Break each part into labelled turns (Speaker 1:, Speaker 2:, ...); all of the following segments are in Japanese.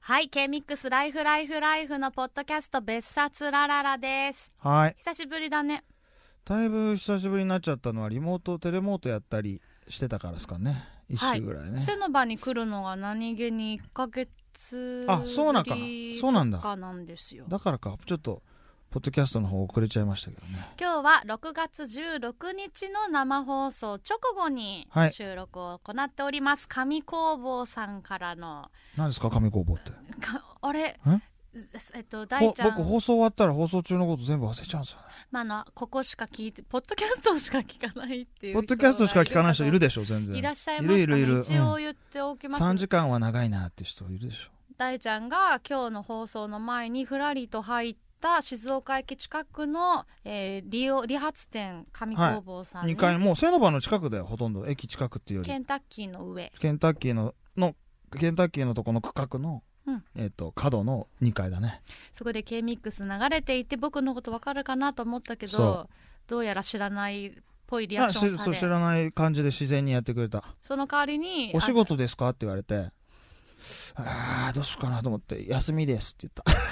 Speaker 1: はい K ミックスライフライフライフのポッドキャスト別冊ラララです
Speaker 2: はい
Speaker 1: 久しぶりだね
Speaker 2: だいぶ久しぶりになっちゃったのはリモートテレモートやったりしてたからですかね1
Speaker 1: はい
Speaker 2: 週ぐらいね、
Speaker 1: シェノバに来るのが何気に1ヶ月
Speaker 2: あそうなんかな
Speaker 1: ぶり
Speaker 2: そうなんだ
Speaker 1: かなんですよ
Speaker 2: だからかちょっとポッドキャストの方遅れちゃいましたけどね
Speaker 1: 今日は6月16日の生放送直後に
Speaker 2: はい
Speaker 1: 収録を行っております、紙工房さんからの
Speaker 2: 何ですか紙工房って
Speaker 1: かあれえっと大
Speaker 2: ほ
Speaker 1: ちゃ
Speaker 2: 僕
Speaker 1: ん、
Speaker 2: 放送終わったら放送中のこと全部忘れちゃうんですよね
Speaker 1: まあ、あのここしか聞いてポッドキャストしか聞かないっていう
Speaker 2: ポッドキャストしか聞かない人いるでしょ全然
Speaker 1: いらっしゃいますか、ね、
Speaker 2: いるいるいる
Speaker 1: 一応言っておきます、
Speaker 2: 3時間は長いなって人いるでしょ
Speaker 1: 大ちゃんが今日の放送の前にふらりと入った静岡駅近くの、えー、理容理髪店紙工房さんの、
Speaker 2: 2階もうセノバの近くだよほとんど駅近くっていうより
Speaker 1: ケンタッキーの上
Speaker 2: ケンタッキーののケンタッキーのとこの区画の、
Speaker 1: うん
Speaker 2: えっと角の2階だね
Speaker 1: そこで K ミックス流れていて僕のことわかるかなと思ったけど
Speaker 2: そ
Speaker 1: どうやら知らないっぽいリア
Speaker 2: あ
Speaker 1: クシ
Speaker 2: し
Speaker 1: ョン
Speaker 2: そう知
Speaker 1: され
Speaker 2: らない感じで自然にやってくれた
Speaker 1: その代わりに
Speaker 2: お仕事ですかって言われてあーどうしようかなと思って休みですって 言った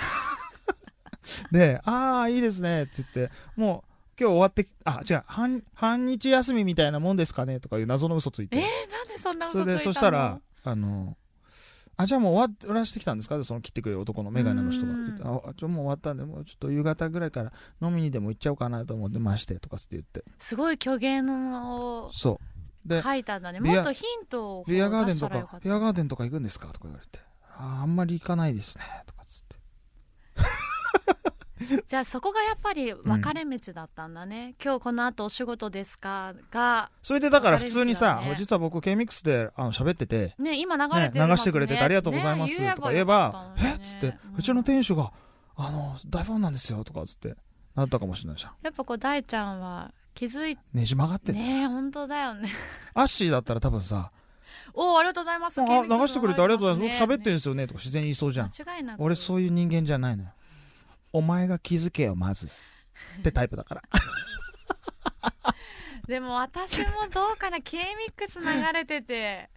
Speaker 2: でああいいですねって言ってもう今日終わってきあ違う半半日休みみたいなもんですかねとかいう謎の嘘つい
Speaker 1: えー
Speaker 2: て、
Speaker 1: なんでそんな
Speaker 2: そ
Speaker 1: 嘘つい
Speaker 2: れ
Speaker 1: たの
Speaker 2: でそしたらあのあじゃあもう終わらしてきたんですかその切ってくれる男の眼鏡の人が
Speaker 1: うん
Speaker 2: あちょもう終わったんでもうちょっと夕方ぐらいから飲みにでも行っちゃおうかなと思ってましてとかって言って
Speaker 1: すごい虚言を
Speaker 2: そうで
Speaker 1: 書いたんだね
Speaker 2: ビア
Speaker 1: もっとヒントをこう
Speaker 2: ビアガーデ
Speaker 1: 出
Speaker 2: ン
Speaker 1: し
Speaker 2: と
Speaker 1: たらよ
Speaker 2: か
Speaker 1: かっ
Speaker 2: ビ
Speaker 1: た
Speaker 2: アガーデンとか行くんですかとか言われてあーあんまり行かないですねとかつって
Speaker 1: じゃあそこがやっぱり分かれ道だったんだね、今日この後お仕事ですかが
Speaker 2: それでだから普通に
Speaker 1: わ
Speaker 2: さ、
Speaker 1: かりますよね
Speaker 2: 実は僕 K ミックスであの喋ってて、
Speaker 1: ね今流れ
Speaker 2: ね、
Speaker 1: て
Speaker 2: 流
Speaker 1: ますね
Speaker 2: してくれててありがとうございます、
Speaker 1: ね
Speaker 2: とか言えば
Speaker 1: よか
Speaker 2: え
Speaker 1: た
Speaker 2: っ
Speaker 1: のにね
Speaker 2: つって、うちの店主があの大ファンなんですよとかつってなったかもしれないじゃん
Speaker 1: やっぱこう大ちゃんは気づい
Speaker 2: ねじ曲がって
Speaker 1: て
Speaker 2: て、
Speaker 1: ね本当だよね
Speaker 2: アッシーだったら多分さ
Speaker 1: おーありがとうございます。
Speaker 2: あ流してくれてありがとうございます、僕喋ってる
Speaker 1: る
Speaker 2: んですよねとか自然に言いそうじゃん、
Speaker 1: 間違いなく。
Speaker 2: 俺そういう人間じゃないのよお前が気づけよまずってタイプ だから
Speaker 1: でも私もどうかな、K ミックス流れてて。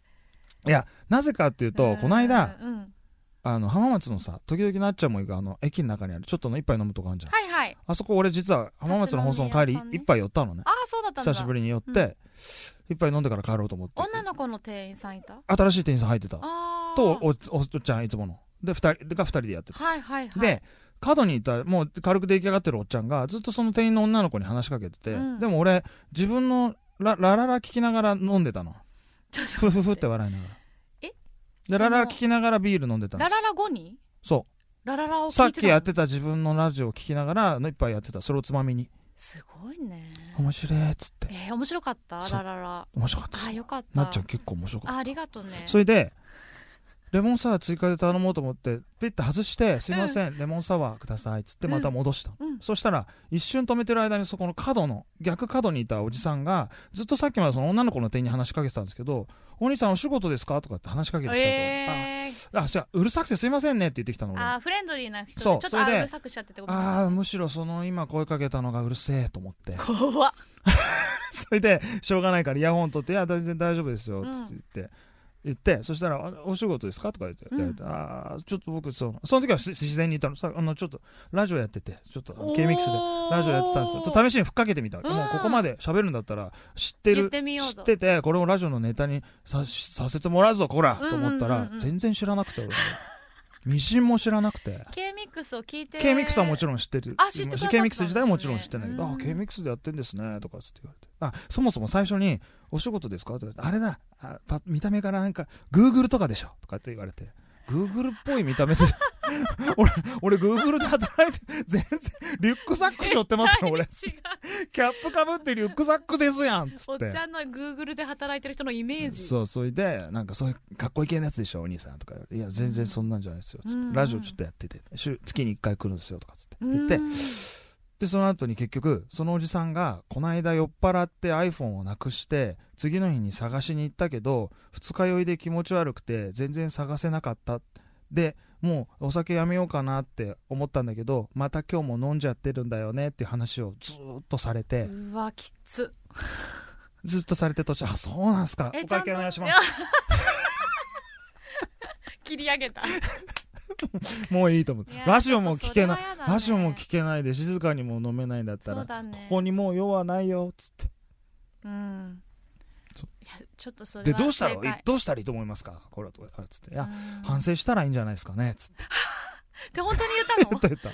Speaker 2: いやなぜかっていう とこの間
Speaker 1: うんうん
Speaker 2: あの浜松のさ時々なっちゃんも行くあの駅の中にあるちょっとの一杯飲むとこあるじゃん、
Speaker 1: はいはい。
Speaker 2: あそこ俺実は浜松の放送の
Speaker 1: 立
Speaker 2: 帰
Speaker 1: ち飲み屋
Speaker 2: り
Speaker 1: さんね
Speaker 2: 一杯寄ったのね
Speaker 1: ああ、そうだったんだ。
Speaker 2: 久しぶ
Speaker 1: り。
Speaker 2: りに寄って一杯飲んでから帰ろうと思って
Speaker 1: 女の子の店員さんいた。
Speaker 2: 新しい店員さん入ってた
Speaker 1: ああ。
Speaker 2: とおおおっちゃんいつもので二人が二人でやってた、
Speaker 1: はいはいはい。、
Speaker 2: で角にいたもう軽く出来上がってるおっちゃんがずっとその店員の女の子に話しかけてて、
Speaker 1: うん
Speaker 2: でも俺自分のララララ聞きながら飲んでたの
Speaker 1: ちょっと待
Speaker 2: ふ
Speaker 1: って
Speaker 2: ふふって笑いながら
Speaker 1: え
Speaker 2: で
Speaker 1: その
Speaker 2: ラララ聞きながらビール飲んでたの
Speaker 1: ラララ後に。
Speaker 2: そう
Speaker 1: ラララを
Speaker 2: さ
Speaker 1: 聞
Speaker 2: っ
Speaker 1: いてたの。
Speaker 2: きやってた自分のラジオを聞きながらの一杯やってたそれをつまみに
Speaker 1: すごいね。
Speaker 2: 面白いっつって
Speaker 1: えー、面白かった。
Speaker 2: そう
Speaker 1: ラララ。
Speaker 2: 面白かった
Speaker 1: あ
Speaker 2: っす
Speaker 1: ー、よかった。
Speaker 2: なっちゃん結構面白か
Speaker 1: あ
Speaker 2: っ
Speaker 1: ー、ありがとうね
Speaker 2: た。それでレモンサワー追加で頼もうと思ってピッて外して「すいません、レモンサワーください」っつってまた戻したの、
Speaker 1: うん。
Speaker 2: そしたら一瞬止めてる間にそこの角の逆角にいたおじさんがずっとさっきまでその女の子の店員に話しかけてたんですけど「お兄さんお仕事ですか?」とかって話しかけてきたから、
Speaker 1: えー、
Speaker 2: ああじゃあうるさくてすいませんねって言ってきたの俺
Speaker 1: あーフレンドリーな人でち
Speaker 2: そ
Speaker 1: ょ
Speaker 2: う
Speaker 1: っと
Speaker 2: そ
Speaker 1: あ
Speaker 2: れで
Speaker 1: ーうるさくしちゃってってこと
Speaker 2: ああむしろその今声かけたのがうるせえと思って
Speaker 1: 怖っ
Speaker 2: それでしょうがないからイヤホン取って「いや全然大丈夫ですよ」
Speaker 1: う
Speaker 2: つ
Speaker 1: ん
Speaker 2: って言って。言ってそしたらあ「お仕事ですか?」とか言って
Speaker 1: うん
Speaker 2: 言われて「ああちょっと僕そのその時はし自然に言ったのさあのちょっとラジオやっててちょっと K ミックスでラジオやってたんですよちょっ
Speaker 1: おー
Speaker 2: と試しにふっかけてみたわけ
Speaker 1: うん
Speaker 2: もうここまで喋るんだったら知って
Speaker 1: 言っ
Speaker 2: る
Speaker 1: てみよう
Speaker 2: 知
Speaker 1: と
Speaker 2: っててこれをラジオのネタにささせてもらうぞこら!」と思った
Speaker 1: うんうん
Speaker 2: ら
Speaker 1: うんうん
Speaker 2: 全然知らなく て俺みじんも知らなくて
Speaker 1: K ミックスを聞いて
Speaker 2: K ミックスはもち
Speaker 1: ろん
Speaker 2: ろん知ってる
Speaker 1: あ知ってくださってた
Speaker 2: K
Speaker 1: ん
Speaker 2: ミ
Speaker 1: で
Speaker 2: ック
Speaker 1: す
Speaker 2: ス
Speaker 1: ね
Speaker 2: 自体ももちろん知ってないけど
Speaker 1: う
Speaker 2: 「
Speaker 1: ん
Speaker 2: あ K ミックスでやってんですね」とかつって言われて「あそもそも最初にお仕事ですか?」って言われて「あれだあパ見た目からなんか Google とかでしょ」とかって言われて。Google っぽい見た 目で俺俺 Google で働いて全然リュックサック背負ってますよ俺
Speaker 1: 違う
Speaker 2: キャップかぶってリュックサックですやんっつ
Speaker 1: お
Speaker 2: っ
Speaker 1: ってちゃんのグーグルで働いてる人のイメージ
Speaker 2: そうそれでなんかそういうかっこいい系のやつでしょお兄さんとか言われていや全然そんなんじゃないですよつって、
Speaker 1: うんうん
Speaker 2: ラジオちょっとやってて週月に1回来るんですよとかつって言って
Speaker 1: うーん
Speaker 2: でその後に結局そのおじさんがこの間酔っ払って iPhone をなくして次の日に探しに行ったけど二日酔いで気持ち悪くて全然探せなかったでもうお酒やめようかなって思ったんだけどまた今日も飲んじゃってるんだよねっていう話をずーっとされて、
Speaker 1: うわきつ
Speaker 2: ずっとされて途中あそうな んすかお会計お願いします
Speaker 1: す切り上げた
Speaker 2: もういいと思う
Speaker 1: いや
Speaker 2: ラジオも聞けない
Speaker 1: ちょっとそれはやだね
Speaker 2: ラジオも聞けないで静かにも飲めないんだった
Speaker 1: そ
Speaker 2: ら、
Speaker 1: うだね
Speaker 2: ここにもう用はないよっつって
Speaker 1: うん
Speaker 2: そ
Speaker 1: いやちょっとそれ
Speaker 2: で
Speaker 1: は
Speaker 2: どうしたらい
Speaker 1: 正解
Speaker 2: どうしたらいいと思いますかこれはどうあれっつっていや、
Speaker 1: うん
Speaker 2: 反省したらいいんじゃないですかねっつって
Speaker 1: って本当に言った
Speaker 2: 言
Speaker 1: の
Speaker 2: った言った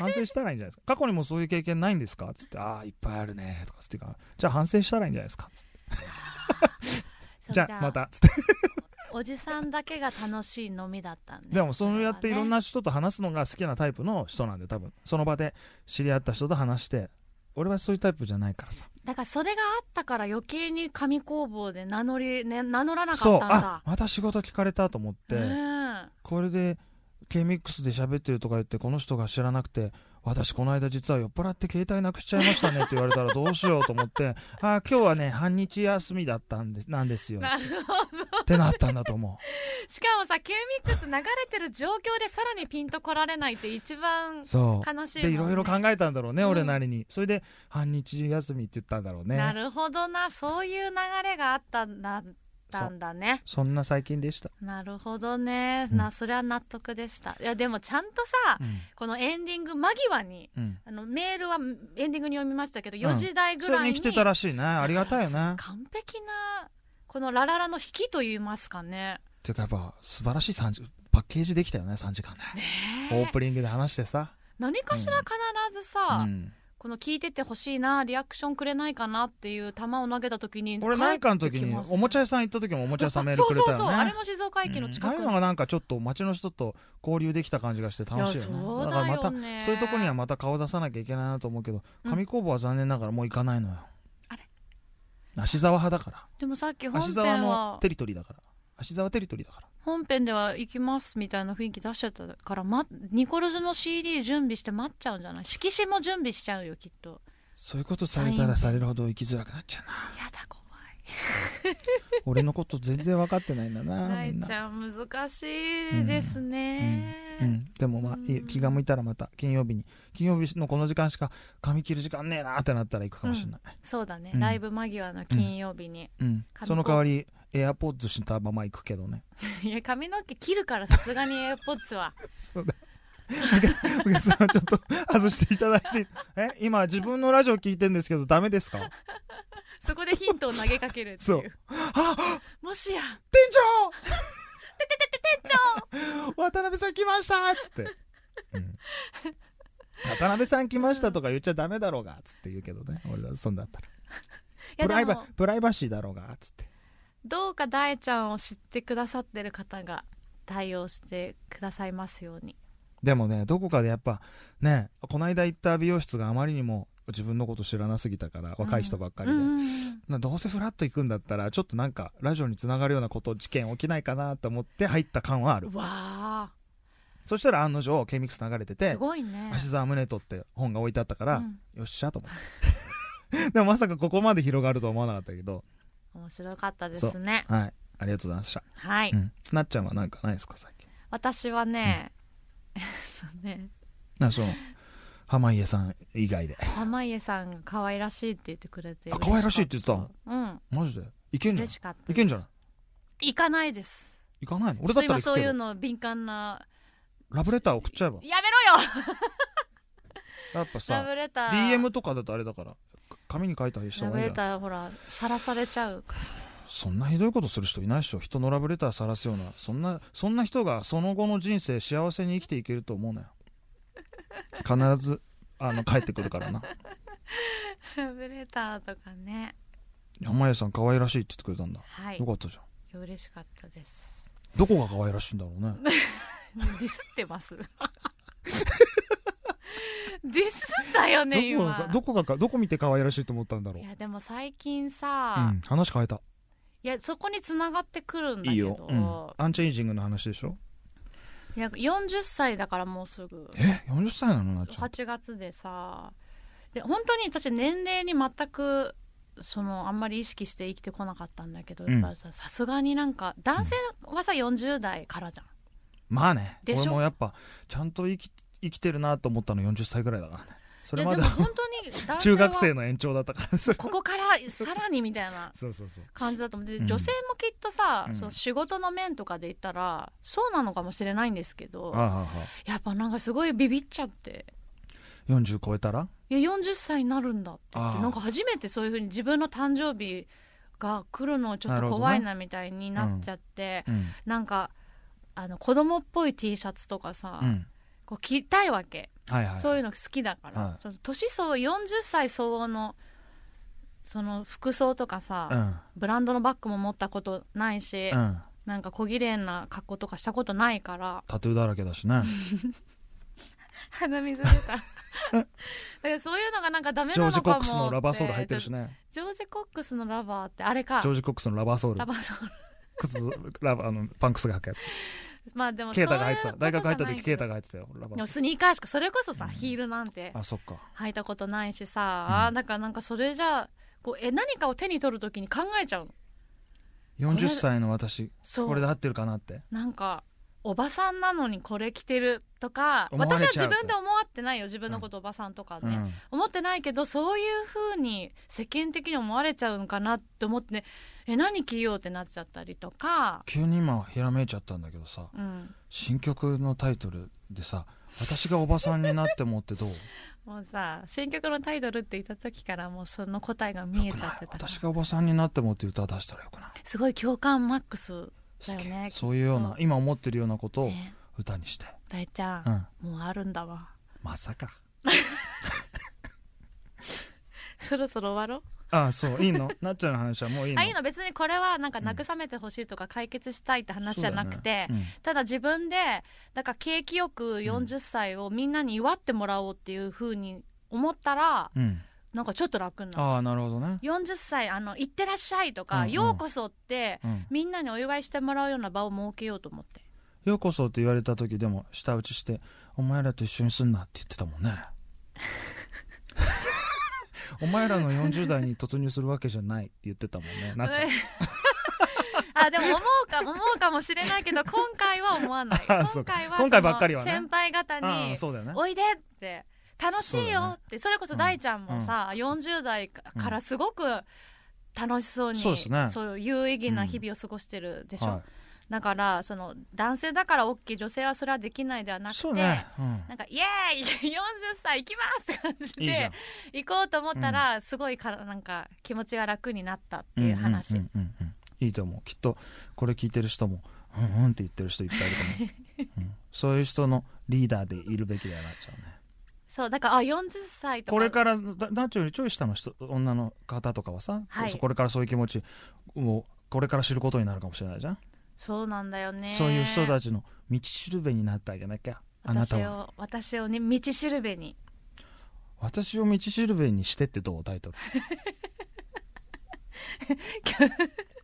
Speaker 2: 反省したらいいんじゃないですか過去にもそういう経験ないんですかっつってああいっぱいあるねとかつってかじゃあ反省したらいいんじゃないですかつって
Speaker 1: そう
Speaker 2: じゃあまたつって
Speaker 1: おじさんだけが楽しい飲みだったん
Speaker 2: でもそうやっていろん
Speaker 1: な
Speaker 2: な人と話すのが好きなタイプの人なんで多分その場で知り合った人と話して俺はそういうタイプじゃないからさ
Speaker 1: だからそれがあったから余計に紙工房で名乗り、ね、名乗らなか
Speaker 2: そう
Speaker 1: ったん
Speaker 2: あ
Speaker 1: だ
Speaker 2: また仕事聞かれたと思って、
Speaker 1: ね
Speaker 2: これで K-MIX で喋ってるとか言ってこの人が知らなくて私この間実は酔っ払って携帯なくしちゃいましたねって言われたらどうしようと思って あー今日はね半日休みだったんでなんです
Speaker 1: え
Speaker 2: よ
Speaker 1: なるほど
Speaker 2: ってなったんだと思
Speaker 1: しかもさ k ミックス流れてる状況でさらにピンとこられないって一番
Speaker 2: うそう
Speaker 1: 悲しいも
Speaker 2: で
Speaker 1: ん、ね、
Speaker 2: いろいろ考
Speaker 1: え
Speaker 2: えたんだろうね、
Speaker 1: うん
Speaker 2: 俺なりにそれで半日休みって言ったんだろうね
Speaker 1: なるほどなそういう流れがあったんだったんだね
Speaker 2: そんな最近でした、
Speaker 1: なるほどね、
Speaker 2: うん
Speaker 1: なそれは納得でしたいやでもちゃんとさ、
Speaker 2: うん
Speaker 1: このエンディング間際に
Speaker 2: うん、
Speaker 1: あのメールはエンディングに読みましたけど
Speaker 2: ん
Speaker 1: 4時台ぐ
Speaker 2: それ
Speaker 1: らい
Speaker 2: に
Speaker 1: に
Speaker 2: 来てたらしいねありがたいよね
Speaker 1: 完璧なこのラララの引きといいますかね
Speaker 2: っていうかやっぱ素晴らしい3時パッケージできたよね3時間ねオープニングで話してさ、
Speaker 1: 何かしら必ず
Speaker 2: う
Speaker 1: さ、
Speaker 2: ん、
Speaker 1: この聞いててほしいなリアクションくれないかなっていう球を投げた時に
Speaker 2: 俺なんかの時におもちゃ
Speaker 1: ゃ
Speaker 2: 屋さん行った時もおもちゃ屋さんメールくれ
Speaker 1: そ
Speaker 2: た
Speaker 1: うそうそう
Speaker 2: よ
Speaker 1: あれ
Speaker 2: ね
Speaker 1: も静岡駅の近
Speaker 2: うんああい
Speaker 1: く
Speaker 2: うのがなんかちょっと街の人と交流できた感じがして楽しいよね
Speaker 1: いやそうだよね
Speaker 2: からまたそういうとこにはまた顔出さなきゃいけないなと思うけど
Speaker 1: うん
Speaker 2: 紙工房は残念ながらもう行かないのよ、
Speaker 1: あれ
Speaker 2: 芦沢派だか
Speaker 1: でもさっき
Speaker 2: ら
Speaker 1: 本
Speaker 2: 芦
Speaker 1: 編
Speaker 2: 沢の
Speaker 1: は
Speaker 2: テリトリーだから芦沢テリトリーだから
Speaker 1: 本編では行きますみたいな雰囲気出しちゃったから、ま、ニコルズの CD 準備して待っちゃうんじゃない色紙も準備しちゃうよきっと
Speaker 2: そういうことされたらされるほど生きづらくなっちゃ うな
Speaker 1: やだ怖い
Speaker 2: 俺のこと全然分かってないんだな
Speaker 1: 大
Speaker 2: みんな
Speaker 1: ちゃん難しいですね、
Speaker 2: うん、でもまあいい気が向いたらまた金曜日に金曜日のこの時間しか髪切る時間ねえなーってなったら行くかもしれない、
Speaker 1: そうだね、
Speaker 2: うん
Speaker 1: ライブ間際の金曜日に、
Speaker 2: うん
Speaker 1: 髪
Speaker 2: その代わりエアポッドしたまま行くけどね
Speaker 1: いや髪の毛切るからさすがにエアポッツは
Speaker 2: そうだ お客様ちょっと外していただいてえ今自分のラジオ聞いてんですけどダメですか
Speaker 1: そこでヒントを投げかけるってい
Speaker 2: そう
Speaker 1: うもしや
Speaker 2: 店長店長渡辺さん来ましたっつって、うん渡辺さん来ましたとか言っちゃダメだろうがっつって言うけどね俺だそんだったら
Speaker 1: い
Speaker 2: プラ
Speaker 1: や
Speaker 2: イ
Speaker 1: で
Speaker 2: バ
Speaker 1: も
Speaker 2: プライバシーだろうがっつって
Speaker 1: どうか大ちゃんを知ってくださってる方が対応してくださいますように
Speaker 2: でもねどこかでやっぱねこの間行った美容室があまりにも自分のこと知らなすぎたから若い人ばっかりで、
Speaker 1: うん
Speaker 2: などうせフラッと行くんだったらちょっとなんかラジオにつながるようなこと事件起きないかなと思って入った感はある
Speaker 1: わあ
Speaker 2: そしたら案の定 K-MIX 流れて
Speaker 1: す
Speaker 2: て
Speaker 1: ごい
Speaker 2: 「
Speaker 1: ね
Speaker 2: 芦沢宗人」って本が置いてあったから、
Speaker 1: うん
Speaker 2: よっしゃと思って でもまさかここまで広がるとは思わなかったけど
Speaker 1: 面白かったですね
Speaker 2: はいありがとうございました、
Speaker 1: はい、
Speaker 2: うんなっちゃんはなんかないですか最近
Speaker 1: 私はね、えっとね
Speaker 2: なんかその濱家さん以外で
Speaker 1: 濱家さんが可愛らしいって言ってくれて
Speaker 2: あ可愛らしいって言ってたの
Speaker 1: うん
Speaker 2: マジでいけんじゃん
Speaker 1: 嬉しかった
Speaker 2: いけんじゃ
Speaker 1: ん
Speaker 2: ない
Speaker 1: 行かないです
Speaker 2: 行かないの俺だったら
Speaker 1: ちょっと今そう
Speaker 2: 行くけ
Speaker 1: いう
Speaker 2: ど
Speaker 1: の敏感な
Speaker 2: ラブレター送っちゃえば
Speaker 1: やめろよ
Speaker 2: やっぱ
Speaker 1: ラ
Speaker 2: さ
Speaker 1: ブレター
Speaker 2: DM とかだとあれだからか紙に書いたりした
Speaker 1: ラ
Speaker 2: 方
Speaker 1: ブ
Speaker 2: がいい
Speaker 1: レ
Speaker 2: んだ
Speaker 1: ターほらさらされちゃう
Speaker 2: そんなひどいことする人いないでしょ人のラブレター晒すようなそんなそんな人がその後の人生幸せに生きていけると思うなよ必ずあの帰ってくるからな
Speaker 1: ラブレターとかね
Speaker 2: 濱家さん可愛らしいって言ってくれたんだ
Speaker 1: はい
Speaker 2: よかったじゃん
Speaker 1: 嬉しかったです
Speaker 2: どこが可愛らしいんだろうね
Speaker 1: ディスってます ディスったよね
Speaker 2: どこ
Speaker 1: 今
Speaker 2: がどこがかどこ見て可愛らしいと思ったんだろう
Speaker 1: い、やでも最近
Speaker 2: う
Speaker 1: さ、
Speaker 2: ん、話変えた
Speaker 1: いやそこに繋がってくるんだ
Speaker 2: いい
Speaker 1: け
Speaker 2: よ、うん
Speaker 1: ど、
Speaker 2: アンチエイジングの話でしょ
Speaker 1: いや40歳だからもうすぐ
Speaker 2: え40歳なのなっちゃん
Speaker 1: 8月でさで本当に私年齢に全くそのあんまり意識して生きてこなかったんだけど、
Speaker 2: うん
Speaker 1: やっぱささすがになんか男性はさ40代からじゃん
Speaker 2: まあね
Speaker 1: でしょ
Speaker 2: 俺もやっぱちゃんと生き生きてるなと思ったの40歳ぐらいだからねそれまで
Speaker 1: いや
Speaker 2: は
Speaker 1: でも本当に男性は
Speaker 2: 中学生の延長だったからそう
Speaker 1: ここからさらにみたいな
Speaker 2: そうそうそう
Speaker 1: 感じだと思って
Speaker 2: うん
Speaker 1: 女性もきっとさ、
Speaker 2: うん
Speaker 1: その仕事の面とかで言ったらそうなのかもしれないんですけど、
Speaker 2: ああああ
Speaker 1: やっぱなんかすごいビビっちゃって
Speaker 2: 40超えたら
Speaker 1: いや40歳になるんだって言っ
Speaker 2: あ
Speaker 1: て
Speaker 2: あ
Speaker 1: なんか初めてそういうふうに自分の誕生日が来るのちょっ
Speaker 2: なる
Speaker 1: と
Speaker 2: ほどね
Speaker 1: 怖いなみたいになっちゃって
Speaker 2: うん
Speaker 1: な,、んかあの子供っぽい T シャツとかさ、
Speaker 2: うん
Speaker 1: こう着たいわけ、
Speaker 2: はいはい
Speaker 1: そういうの好きだから、
Speaker 2: はい
Speaker 1: その年相40歳相応のその服装とかさ、
Speaker 2: うん
Speaker 1: ブランドのバッグも持ったことないし、
Speaker 2: うん
Speaker 1: なんか小綺麗な格好とかしたことないから
Speaker 2: タトゥーだらけだしね
Speaker 1: 鼻水出ただからそういうのがなんかダメ
Speaker 2: ジ
Speaker 1: な
Speaker 2: ョ
Speaker 1: の
Speaker 2: ー
Speaker 1: かも
Speaker 2: ジ・コックスのラバーソール入ってるし
Speaker 1: ね
Speaker 2: ね
Speaker 1: ジョージ・コックスのラバーってあれか
Speaker 2: ジョージ・コックスのラバーソー
Speaker 1: ラ
Speaker 2: ル
Speaker 1: バーソール
Speaker 2: 靴ラバーあのパンクスが履くやつ
Speaker 1: まあでも
Speaker 2: ケータが入って
Speaker 1: そう
Speaker 2: た
Speaker 1: いうこと
Speaker 2: 大学入っ
Speaker 1: じ
Speaker 2: た
Speaker 1: ゃな
Speaker 2: 時
Speaker 1: いけ
Speaker 2: ケー
Speaker 1: ど
Speaker 2: タが入ってたよラバー
Speaker 1: でも
Speaker 2: ソー
Speaker 1: スニーカーしかそれこそさ、
Speaker 2: うん
Speaker 1: ヒールなんて
Speaker 2: ルあそっか
Speaker 1: 履いたことないしさ、
Speaker 2: うん
Speaker 1: だからなんかそれじゃあこうえ何かを手に取るときに考えちゃうの
Speaker 2: 40歳の私
Speaker 1: そう
Speaker 2: これで合ってるかなって
Speaker 1: なんかおばさんなのにこれ着てるとか
Speaker 2: 思わ
Speaker 1: 私
Speaker 2: れ
Speaker 1: は
Speaker 2: ちゃ
Speaker 1: 自
Speaker 2: う
Speaker 1: 分で思わってないよ自分のことおばさんとかね、
Speaker 2: うん
Speaker 1: 思ってないけどそういうふうに世間的に思われちゃうのかなって思って、ね、え何着ようってなっちゃったりとか、
Speaker 2: 急に今ひらめいちゃったんだけどさ
Speaker 1: うん、
Speaker 2: 新曲のタイトルでさ「私がおばさんになっても」ってどう
Speaker 1: もうさ新曲のタイトルって言った時からもうその答えが見え
Speaker 2: よく
Speaker 1: ちゃっ
Speaker 2: ない
Speaker 1: てたから
Speaker 2: 私がおばさんになってもって歌出したらよくない
Speaker 1: すごい共感マックス
Speaker 2: すげえ
Speaker 1: だよね
Speaker 2: そういうよう
Speaker 1: きっ
Speaker 2: な
Speaker 1: と
Speaker 2: 今思ってるようなことを
Speaker 1: ね
Speaker 2: 歌にして、
Speaker 1: 大ちゃ、
Speaker 2: うんん、
Speaker 1: もうあるんだわ
Speaker 2: まさか
Speaker 1: そろそろ終わろ
Speaker 2: ああそういいの なっちゃんの話はもういいうの
Speaker 1: あいいの別にこれはなんか慰めてほしいとか解決したいって話じゃなくて、
Speaker 2: そうだね
Speaker 1: ただ自分でだから景気よく40歳をみんなに祝ってもらおうっていうふうに思ったら、
Speaker 2: うんうん
Speaker 1: なんかちょっと楽になる
Speaker 2: ああなるほどね、
Speaker 1: 40歳あの「行ってらっしゃい」とか、
Speaker 2: うんうん
Speaker 1: ようこそ」って
Speaker 2: うん、
Speaker 1: みんなにお祝いしてもらうような場を設けようと思って
Speaker 2: ようこそって言われた時でも舌打ちして「お前らと一緒にすんな」って言ってた もんねお前らの40代に突入するわけじゃないって言ってたもんねなっちゃん
Speaker 1: あでも思うか思うかもしれないけど今回は思わない
Speaker 2: あそう
Speaker 1: 今回は
Speaker 2: 今回ばっかりはね
Speaker 1: その先輩方
Speaker 2: あ
Speaker 1: に
Speaker 2: あそうだよね
Speaker 1: おいでって楽しいよってそ,、れこそ大ちゃんもさ、40代からすごく楽しそうに、
Speaker 2: そうですね
Speaker 1: そう有意義な日々を過ごしてるでしょ、
Speaker 2: は、
Speaker 1: だからその男性だから OK 女性はそれはできないではないくて
Speaker 2: そうね、うん、
Speaker 1: なんかイエーイ40歳行きますって感じ
Speaker 2: いいじゃ
Speaker 1: で
Speaker 2: ん
Speaker 1: 行こうと思ったら、すごいからなんか気持ちが楽になったっていう話、
Speaker 2: んうんうんうんいいと思うきっとこれ聞いてる人もうんうんって言ってる人いっぱいいると思う、うんそういう人のリーダーでいるべきだよなっちゃうね
Speaker 1: そうだからあ40歳とか
Speaker 2: これからだナチョよりちょい下の人女の方とかはさ、
Speaker 1: はい
Speaker 2: そうこれからそういう気持ちをこれから知ることになるかもしれないじゃん、
Speaker 1: そうなんだよね
Speaker 2: そういう人たちの道しるべになってあげなきゃあな
Speaker 1: 私
Speaker 2: たは
Speaker 1: を私をね道しるべに
Speaker 2: 私を道しるべにしてってどうタイ トル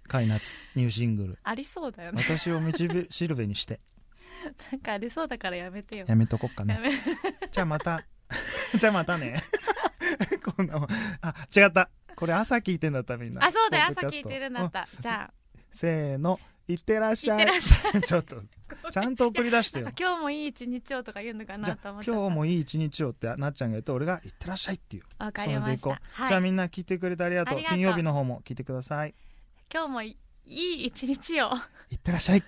Speaker 2: カイナツニューシングル
Speaker 1: ありそうだよね
Speaker 2: 私を道しるべにして
Speaker 1: なんかありそうだからやめてよ
Speaker 2: やめとこっかね
Speaker 1: やめ
Speaker 2: じゃあまた。 じゃあまたね。 こんなもん。あ、違った。これ朝聞いてんだったみんな。
Speaker 1: あそうだよ
Speaker 2: ポッド
Speaker 1: 朝
Speaker 2: キ
Speaker 1: 聞
Speaker 2: ャス
Speaker 1: い
Speaker 2: ト
Speaker 1: てるんだっ。たじゃ
Speaker 2: うんせーの。いってらっし
Speaker 1: あいっ
Speaker 2: ゃ
Speaker 1: て
Speaker 2: い。
Speaker 1: らっし ゃ
Speaker 2: ちょっと、ちゃんと送り出して
Speaker 1: い
Speaker 2: よ
Speaker 1: なんか。今日もいい一日をとか言うのか
Speaker 2: じ
Speaker 1: な
Speaker 2: ゃ
Speaker 1: と
Speaker 2: あ
Speaker 1: 思っ
Speaker 2: 今
Speaker 1: て
Speaker 2: 日もいい一日をってなっちゃんが言って俺が「いってらっしゃい」っていう
Speaker 1: わかりまし
Speaker 2: それ
Speaker 1: た
Speaker 2: で
Speaker 1: は
Speaker 2: じゃあ
Speaker 1: い
Speaker 2: みんな聞いてくれてありがと
Speaker 1: あ
Speaker 2: う
Speaker 1: りがとう
Speaker 2: 金曜日の方も聞いてください
Speaker 1: 今日もいいいい一日を
Speaker 2: いってらっしゃい